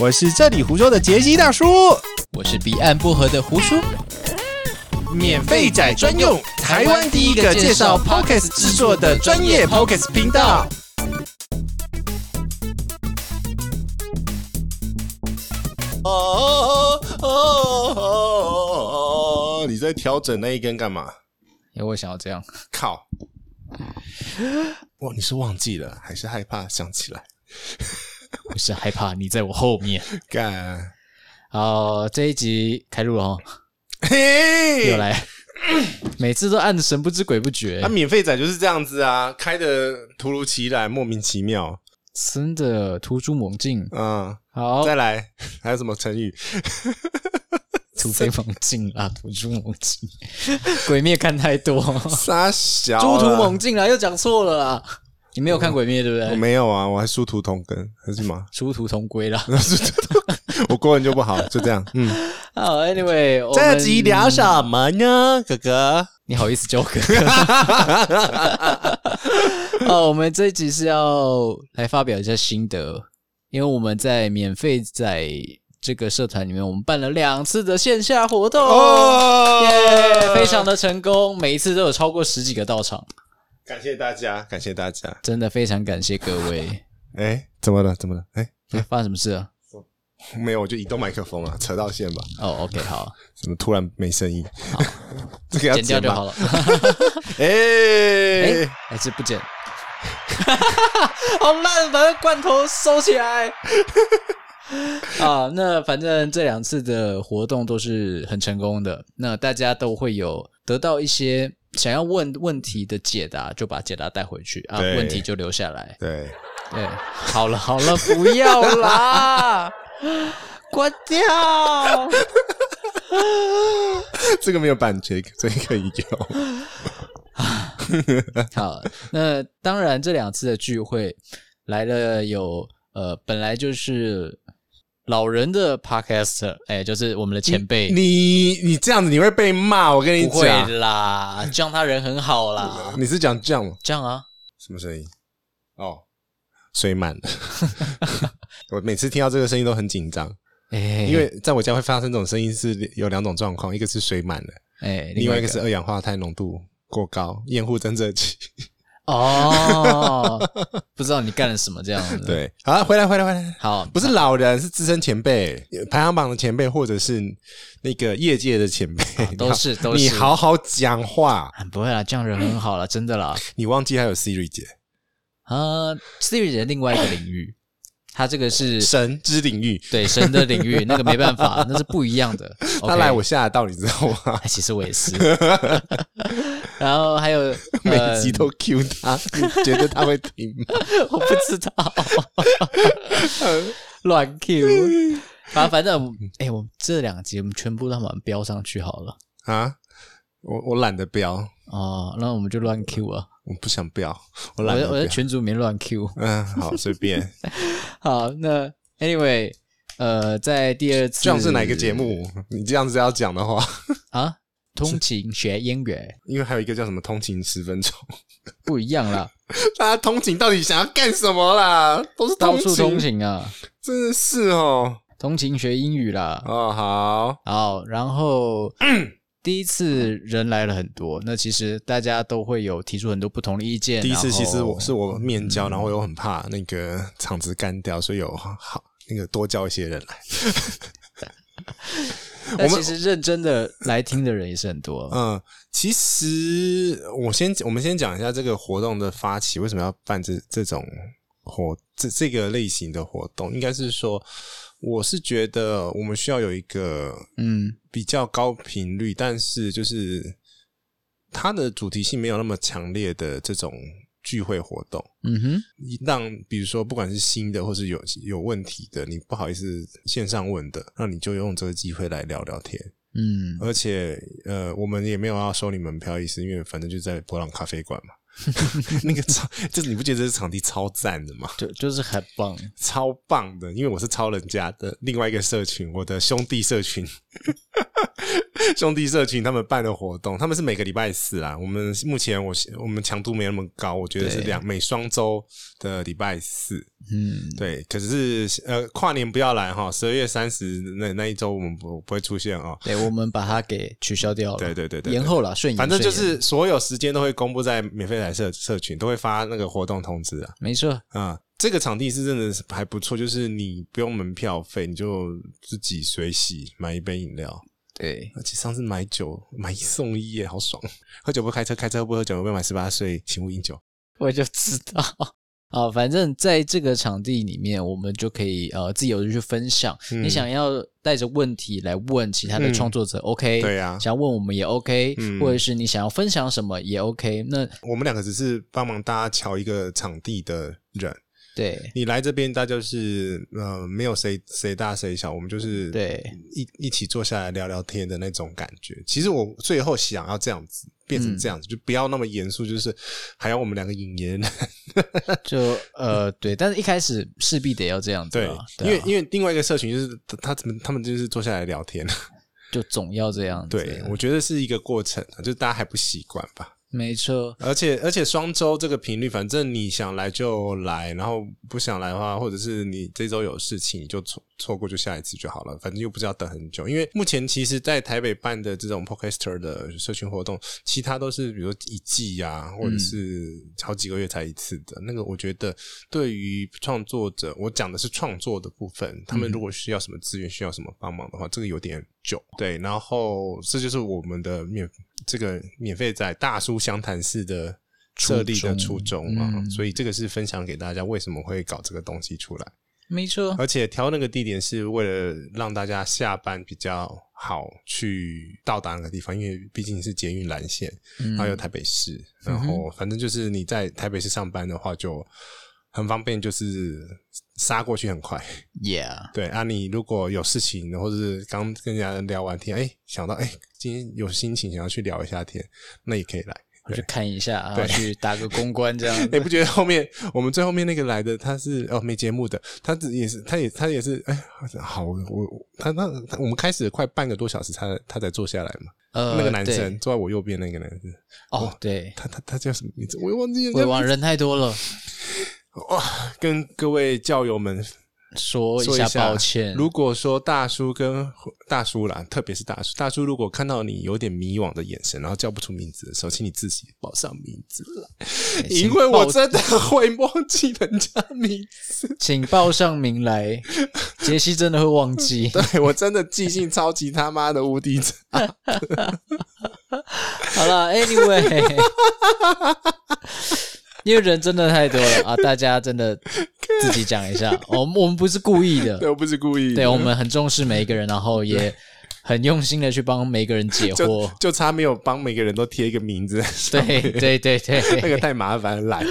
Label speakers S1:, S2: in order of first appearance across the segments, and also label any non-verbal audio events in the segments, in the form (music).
S1: 我是这里胡说的杰西大叔，
S2: 我是彼岸薄荷的胡叔，
S1: 免费仔专用，台湾第一个介绍 Podcast 制作的专业 Podcast 频道。哦哦哦！你在调整那一根干嘛？
S2: 因为哎我想要这样。 (laughs)
S1: 靠！哇，你是忘记了还是害怕想起来？
S2: 我是害怕你在我后面。
S1: 干！
S2: 好，这一集开录了哦，
S1: 嘿哎
S2: 又，来，每次都按的神不知鬼不觉
S1: 啊，，免费仔就是这样子啊，开的突如其来，莫名其妙。
S2: 真的突出猛进。
S1: 嗯，
S2: 好，
S1: 再来，还有什么成语？
S2: 突飞猛进啦，突出猛进，鬼灭看太多，
S1: 傻小啊啦，
S2: 殊途哦猛进啊啦，又讲错了啦。你没有看鬼灭对不
S1: 我
S2: 对？？
S1: 没有啊，我还殊途同根，还是吗
S2: 殊途同归啦。
S1: (laughs) 我国文就不好，就这样。嗯，
S2: 好，Anyway，我
S1: 这
S2: 们
S1: 集聊什么呢，哥哥？
S2: 你好意思叫
S1: (laughs)
S2: 我哥哥？哦，我们这一集是要来发表一下心得，因为我们在免费在这个社团里面，我们办了两次的线下活动，耶、
S1: 哦，
S2: 非常的成功，每一次都有超过十几个到场，
S1: 感谢大家，感谢大家。
S2: 真的非常感谢各
S1: (laughs)
S2: 位。
S1: 哎，怎么了？怎么了？哎，
S2: 哎发生什么事了？
S1: 没有，我就移动麦克风了，扯到线吧。
S2: 哦、o k 好，
S1: 怎么突然没声音？ (laughs) 这个要
S2: 剪掉就
S1: 吧
S2: 好。了。
S1: 哎
S2: 哎，还是不剪，好烂，把那罐头收起来。 (laughs) 啊，那反正这两次的活动都是很成功的，那大家都会有得到一些想要问问题的解答，就把解答带回去啊，
S1: 对
S2: 问题就留下来。
S1: 对，
S2: 对，好了好了，不要 (laughs) 啦，关掉。
S1: 这个没有版权，这个可以用。
S2: 好，那当然这两次的聚会来了有呃，本来就是老人的 podcaster，哎、就是我们的前辈，
S1: 你你这样子你会被骂，我跟你
S2: 不会
S1: 讲。
S2: 啦，这样他人很好啦，
S1: 啊你是讲这样吗？
S2: 这样啊，
S1: 什么声音？哦，水满了。 (laughs) 我每次听到这个声音都很紧张，
S2: 哎、
S1: 因为在我家会发生这种声音是有两种状况，一个是水满了，
S2: 哎、
S1: 另外一个
S2: 是
S1: 是二氧化碳浓度过高，厌恶增热器。 (laughs)
S2: 哦，不知道你干了什么这样子，，
S1: 对，好啊，回来回来回来。
S2: 好，
S1: 不是老人，是资深前辈、排行榜的前辈，或者是那个业界的前辈，
S2: 都是都是
S1: 你好好讲话，
S2: 啊不会啦，这样人很好啦，真的啦，
S1: 你忘记还有 Siri 姐，
S2: 啊，Siri 的另外一个领域，他这
S1: (laughs)
S2: 个是
S1: 神之领域，
S2: 对神的领域，那个没办法，那是不一样的。
S1: 他
S2: OK
S1: 来我吓到，你知道吗？
S2: 哎其实我
S1: (laughs)
S2: 也是。 (laughs) 然后还有
S1: 每
S2: 呃
S1: 集都 Q 他， (laughs) 你觉得他会听吗？
S2: (laughs) 我不知道，
S1: (laughs)
S2: 乱 Q。啊，反正我们哎、我们这两集我们全部都把它们标上去好了。
S1: 啊，我我懒得标，
S2: 哦，那我们就乱 Q
S1: (laughs)
S2: 啊！
S1: 我不想标，我
S2: 我
S1: 懒
S2: 在
S1: 得
S2: 我在
S1: 标。
S2: 群组里面乱 Q。
S1: 嗯，好，随
S2: (laughs)
S1: 便。
S2: 好，那 anyway，呃，在第二次
S1: 这样是哪个节目？你这样子要讲的话，
S2: 啊？通勤学英语
S1: 因为还有一个叫什么“通勤十分钟 (laughs)
S2: 不一样啦，”，
S1: 大家通勤到底想要干什么啦？都是
S2: 到
S1: 通
S2: 处
S1: 勤，
S2: 通勤啊，
S1: 真的是哦。
S2: 通勤学英语啦。
S1: 哦，好，
S2: 好，然后、
S1: 嗯
S2: 第一次人来了很多，那其实大家都会有提出很多不同的意见。
S1: 第一次
S2: 然后嗯
S1: 其实我是我面交，然后我又很怕那个场子干掉，所以有好那个多叫一些人来。
S2: 但
S1: 我
S2: 其
S1: 们
S2: 实认真的来听的人也是很多。
S1: 嗯，其实我先我们先讲一下这个活动的发起，为什么要办这这种活这这个类型的活动？应该是说，我是觉得我们需要有一个
S2: 嗯
S1: 比较高频率，但是就是它的主题性没有那么强烈的这种聚会活动。
S2: 嗯哼，
S1: 让比如说不管是新的或是有有问题的，你不好意思线上问的，那你就用这个机会来聊聊天。
S2: 嗯，
S1: 而且呃，我们也没有要收你门票意思，因为反正就在博朗咖啡馆
S2: (laughs)
S1: 嘛。 (laughs) 那个场，就是你不觉得这场地超赞的吗？ (laughs)
S2: 就就是很棒。
S1: 超棒的，因为我是抄人家的另外一个社群，我的兄弟社群， (laughs) 兄弟社群他们办的活动，他们是每个礼拜四啊。我们目前我我们强度没那么高，我觉得是
S2: 对
S1: 两每双周的礼拜四。
S2: 嗯，
S1: 对，可是呃，跨年不要来哈，十二月三十那那一周我们不不会出现哦。
S2: 对，我们把它给取消掉了，
S1: 对对对对对
S2: 延后了，顺延，
S1: 反正就
S2: 顺延
S1: 是所有时间都会公布在免费台社社群，都会发那个活动通知啊。
S2: 没错，
S1: 啊、这个场地是真的是还不错，就是你不用门票费，你就自己随喜买一杯饮料。
S2: 对，
S1: 而且上次买酒买一送一耶，好爽！ (laughs) 喝酒不开车，开车不喝酒，未满十八岁请勿饮酒。
S2: 我就知道。 (laughs) 啊，反正在这个场地里面，我们就可以呃自由的去分享。
S1: 嗯
S2: 你想要带着问题来问其他的
S1: 嗯
S2: 创作者、o k
S1: 对啊
S2: 想要问我们也 OK，、
S1: 嗯
S2: 或者是你想要分享什么也 OK 那。
S1: 我们两个只是帮忙大家瞧一个场地的人， (laughs)
S2: 对
S1: 你来这边，大家就是呃，没有谁谁大谁小，我们就是
S2: 对
S1: 嗯一一起坐下来聊聊天的那种感觉。其实我最后想要这样子，变成这样子，就不要那么严肃，就是还要我们两个引言。 (laughs)
S2: 就呃对，但是一开始势必得要这样子
S1: 对
S2: 啊，，
S1: 因为
S2: 啊、
S1: 因为另外一个社群就是他他怎么他们就是坐下来聊天。
S2: 就总要这样子。
S1: 对，我觉得是一个过程啊，就大家还不习惯吧。
S2: 没错，
S1: 而且而且双周这个频率，反正你想来就来，然后不想来的话，或者是你这周有事情，你就错错过就下一次就好了，反正又不是要等很久。因为目前其实，在台北办的这种 Podcaster 的社群活动，其他都是比如说一季呀、或者是好几个月才一次的、那个，我觉得对于创作者，我讲的是创作的部分，他们如果需要什么资源、需要什么帮忙的话，这个有点久。对，然后这就是我们的免这个免费在大叔湘潭市的设立的初衷啊，
S2: 嗯
S1: 所以这个是分享给大家为什么会搞这个东西出来，
S2: 没错，
S1: 而且挑那个地点是为了让大家下班比较好去到达那个地方，因为毕竟是捷运蓝线，
S2: 嗯
S1: 然后有台北市，然后反正就是你在台北市上班的话就很方便，就是杀过去很快。 (laughs)
S2: ，Yeah，
S1: 对啊，你如果有事情，或者是刚跟人家聊完天，哎、想到哎、今天有心情想要去聊一下天，那也可以来。
S2: 我去看一下，然后
S1: 对 (laughs)
S2: 去打个公关这样
S1: 你、。哎不觉得后面我们最后面那个来的他是哦没节目的，他只也是他也他也是哎、好我我他那我们开始快半个多小时他他才坐下来嘛，
S2: 呃，
S1: (laughs) 那个男生
S2: 对
S1: 坐在我右边那个男生，
S2: 哦，对，
S1: 他他他叫什么名字？我也忘记人
S2: 鬼
S1: 家
S2: 王
S1: 名字
S2: 人太多了，
S1: 哇！跟各位教友们
S2: 说
S1: 说
S2: 一
S1: 一
S2: 下
S1: 下
S2: 抱歉。
S1: 如果说大叔跟大叔啦，特别是大叔，大叔如果看到你有点迷惘的眼神，然后叫不出名字的时候，请你自己报上名字来，
S2: 哎请
S1: 因为
S2: 报
S1: 我真的会忘记人家名字，
S2: 请报上名来， (laughs) 杰西真的会忘
S1: (laughs)。
S2: 记
S1: 对我真的记性超级他妈的无敌差。
S2: 好了，Anyway，因为人真的太多了啊，大家真的自己讲一
S1: (laughs)
S2: 下，我们我们不是故意的 (laughs)
S1: 对，，我不是故意的，
S2: 对我们很重视每一个人，然后也很用心的去帮每一个人解
S1: 就
S2: 惑。
S1: 就差没有帮每个人都贴一个名字，
S2: 对对对
S1: 那个
S2: (laughs) 对，
S1: 太麻烦了，懒。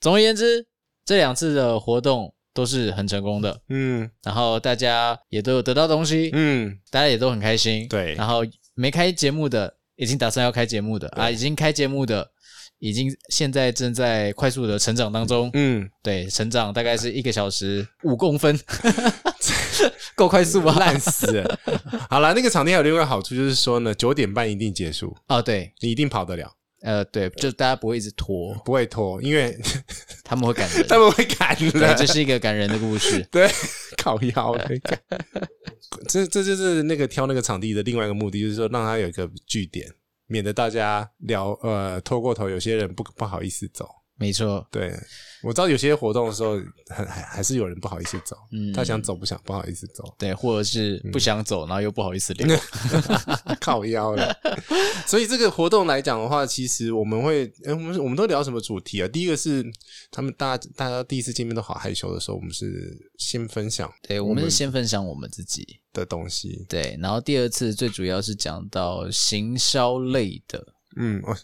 S2: 总而言之，这两次的活动都是很成功的，
S1: 嗯
S2: 然后大家也都有得到东西，
S1: 嗯，
S2: 大家也都很开心。
S1: 对
S2: 然后没开节目的，已经打算要开节目的啊，已经开节目的，已经现在正在快速的成长当中。
S1: 嗯，
S2: 对，成长大概是一个小时五
S1: (laughs)
S2: 公分，够快速吧？
S1: 烂死了。 (laughs) 好了，那个场地还有另外一个好处就是说呢，九点半一定结束，
S2: (laughs) 哦，对，
S1: 你一定跑得了，
S2: 呃，对，就大家不会一直
S1: (laughs)
S2: 拖，
S1: 不会拖，因为 (laughs)
S2: 他们会感人。
S1: 他们会赶
S2: 对，这
S1: 的。
S2: 是一个感人的故事。
S1: (laughs) 对，靠腰的。 (laughs) 这这就是那个挑那个场地的另外一个目的，就是说让它有一个据点，免得大家聊呃拖过头，有些人不不好意思走。
S2: 没错，
S1: 对，我知道有些活动的时候，还还还是有人不好意思走，
S2: 嗯
S1: 他想走不想不好意思走，
S2: 对，或者是
S1: 嗯
S2: 不想走，然后又不好意思
S1: (laughs)
S2: 留。
S1: 靠腰了。 (laughs) 所以这个活动来讲的话，其实我们会，诶我们我们都聊什么主题啊？第一个是他们大家大家第一次见面都好害羞的时候，我们是先分享
S2: 对，我们是先分享我们自己，
S1: 的东西，
S2: 对，然后第二次最主要是讲到行销类的
S1: 嗯，我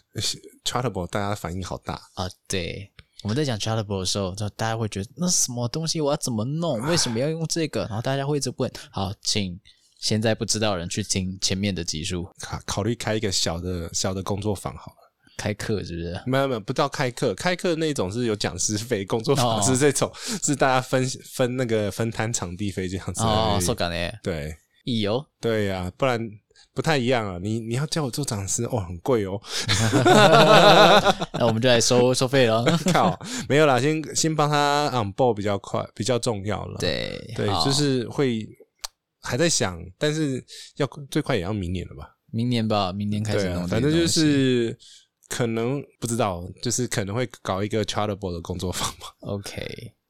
S1: Chartable 大家反应好大，
S2: 啊，对。我们在讲 Chartable 的时候，就大家会觉得那什么东西我要怎么弄？为什么要用这个？然后大家会一直问。好，请现在不知道的人去听前面的集数，
S1: 考考虑开一个小的小的工作坊好了。
S2: 开课是不
S1: (laughs)
S2: 是？
S1: 没有没有，不到开课，开课那种是有讲师费，工作
S2: 哦
S1: 坊是这种、是大家分分那个分摊场地费这样子而
S2: 哦，
S1: 已。
S2: 受感嘞，
S1: 对
S2: 有
S1: 对呀、不然不太一样啊。你你要叫我做讲师哦，很贵哦，
S2: 那我们就来收收
S1: (laughs)
S2: 费了。 (laughs)
S1: 靠，没有啦，先先帮他 on board 比较快，比较重要了。
S2: 对
S1: 对，
S2: 好
S1: 就是会还在想，但是要最快也要明年了吧？
S2: 明年吧，明年开始
S1: 对啊
S2: 弄，这
S1: 反
S2: 个东西。
S1: 正就是可能不知道，就是可能会搞一个 chartable 的工作坊嘛。
S2: OK，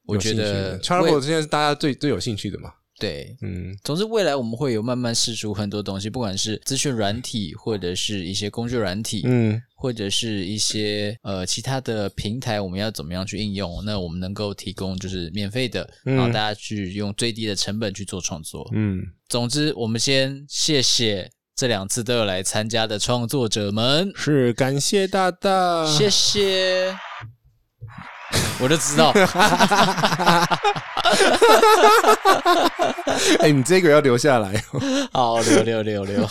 S2: 我觉得
S1: chartable
S2: 未
S1: 现在是大家最最有兴趣的嘛。
S2: 对。
S1: 嗯，
S2: 总之，未来我们会有慢慢试出很多东西，不管是资讯软体，或者是一些工具软体，
S1: 嗯，
S2: 或者是一些呃其他的平台，我们要怎么样去应用？那我们能够提供就是免费的，
S1: 嗯
S2: 然后大家去用最低的成本去做创作。
S1: 嗯，
S2: 总之，我们先谢谢这两次都有来参加的创作者们，
S1: 是感谢大大，
S2: 谢谢。 (laughs) 我就知道，
S1: (laughs) 哎、你这个要留下
S2: (laughs)
S1: 来、哦。
S2: 好六六六六。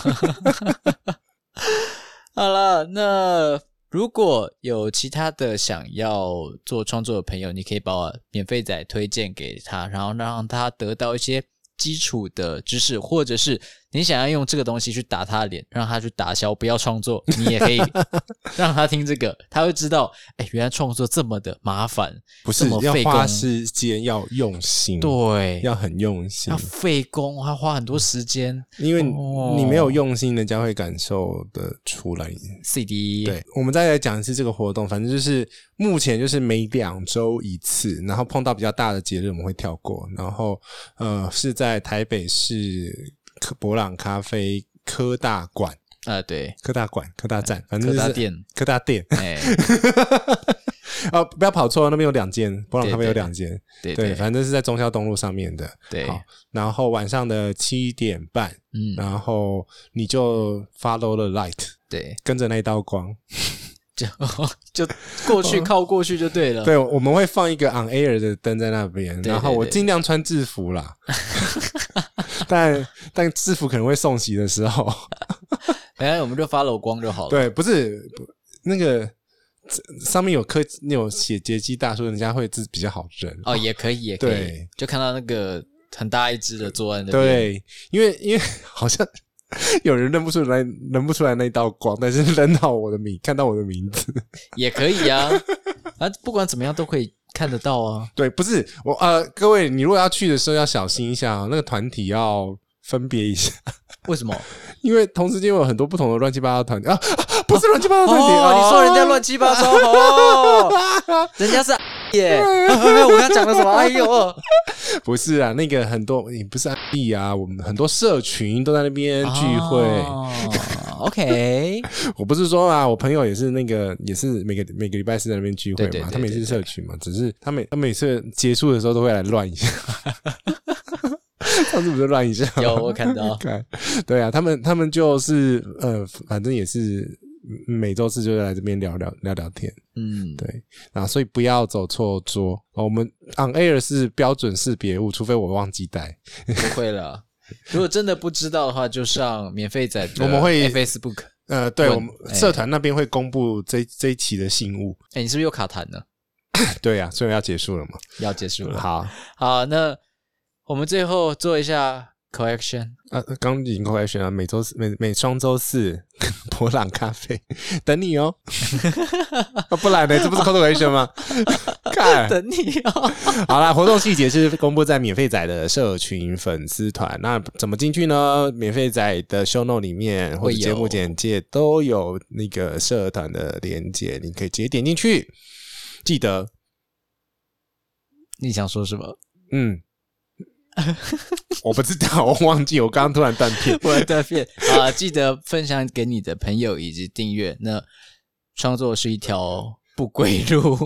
S2: 好了，那如果有其他的想要做创作的朋友，你可以把我免费仔推荐给他，然后让他得到一些基础的知识，或者是你想要用这个东西去打他的脸，让他去打消不要创作，你也
S1: (laughs)
S2: 可以让他听这个，他会知道，哎，原来创作这么的麻烦，
S1: 不是
S2: 这么
S1: 要
S2: 费
S1: 花
S2: 工，
S1: 时间，要用心，，
S2: 对，
S1: 要很用心
S2: 要，费工，还花很多时间
S1: 因为
S2: 哦
S1: 你没有用心，人家会感受的出来。
S2: ，CD，
S1: 对，我们再来讲一次这个活动，反正就是目前就是每两周一次，然后碰到比较大的节日我们会跳过，然后呃是在台北市科博朗咖啡科大馆、
S2: 啊、对，
S1: 科大馆、科大站，反正
S2: 哎科
S1: 就是
S2: 大
S1: (laughs)
S2: 店，
S1: 科大店
S2: 哎，
S1: 啊，不要跑错，那边有两间，博朗咖啡有
S2: 对对
S1: 两间，
S2: 对
S1: 对，
S2: 对
S1: 反正是在忠孝东路上面的。
S2: 对，
S1: 好然后晚上的七点半，
S2: 嗯，
S1: 然后你就 follow the light，
S2: 对，
S1: 跟着那道光。
S2: 就就过去靠过去就对
S1: 嗯
S2: 了。
S1: 对，我们会放一个 on air 的灯在那边，
S2: 嗯对
S1: 然后我
S2: 对
S1: 尽量穿制服
S2: (laughs)
S1: 啦，但但制服可能会送洗的时
S2: 哦
S1: 候，
S2: 反哎正我们就发漏光就好了。，
S1: 对，不是不那个这上面有科那种写结基大叔，人家会自比较好认。
S2: 哦，也可以，也可以
S1: 对，
S2: 就看到那个很大一只的坐在那边，
S1: 对，因为因为 (laughs) 好像有人认不出来，认不出来那道光，但是认到我的名，看到我的名字。 (laughs)
S2: 也可以啊。啊，不管怎么样都可以看得到啊。
S1: 对，不是我呃，各位，你如果要去的时候要小心一下哦，那个团体要分别一下， (laughs)
S2: 为什么？
S1: 因为同时间有很多不同的乱七八糟的团体啊 (laughs) 啊不是乱七八糟的团体，啊
S2: 哦，你说人家乱
S1: 七
S2: 七八糟哦，人家是
S1: (laughs)
S2: 耶。我刚讲的什么？哎呦，
S1: (laughs) 不是啊，那个很多你不是安利啊，我们很多社群都在那边聚会。
S2: 哦 OK，
S1: 我不是说啊，我朋友也是那个，也是每个每个礼拜四在那边聚会嘛，
S2: 对对对
S1: 他们也是社群嘛，只是他每他每次结束的时候都会来乱一下。 (laughs) 上次不是乱一下吗？
S2: 有我看
S1: (laughs)
S2: 到
S1: 看，对啊，他们他们就是呃，反正也是嗯每周四就来这边聊聊聊聊天，
S2: 嗯，
S1: 对啊，所以不要走错桌哦。我们 on air 是标准识别物，除非我忘记带。
S2: 不会了。如果真的不知道的话，就上免费仔的
S1: 我们会
S2: Facebook。
S1: 呃，对
S2: 问
S1: 我们
S2: 哎
S1: 社团那边会公布这这一期的信物，
S2: 哎、你是不是又卡痰了？
S1: 对啊，所以要结束了嘛。
S2: 要结束了。好，
S1: 好，
S2: 那我们最后做一下 correction。
S1: 啊，刚已经公开宣了，每周四每每双周四 (laughs) 博朗咖啡等你哦。 (laughs) 啊不然呢？这不是 call to action 吗？
S2: (laughs)
S1: 看，
S2: 等你哦。
S1: 好啦，活动细节是公布在免费仔的社群粉丝团。那怎么进去呢？免费仔的 show note 里面或
S2: 会
S1: 者
S2: 有
S1: 节目简介都有那个社团的连接，你可以直接点进去。记得，
S2: 你想说什么？
S1: 嗯，我不知道，我忘记，我刚刚突然断片。
S2: (laughs) 我的 (laughs) 片啊，记得分享给你的朋友以及订阅。那创作是一条不归路。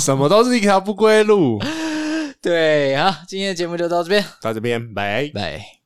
S1: 什么都是一条不归路。
S2: 对，好，今天的节目就到这边，
S1: 到这边，拜。
S2: 拜。